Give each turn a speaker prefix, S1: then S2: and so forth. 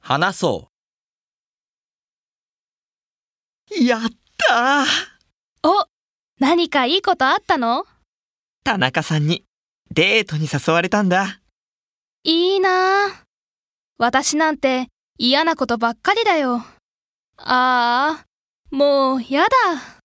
S1: 話そう。やったー
S2: お何かいいことあったの
S1: 田中さんにデートに誘われたんだ。
S2: いいなあ私なんて嫌なことばっかりだよ。ああ、もうやだ。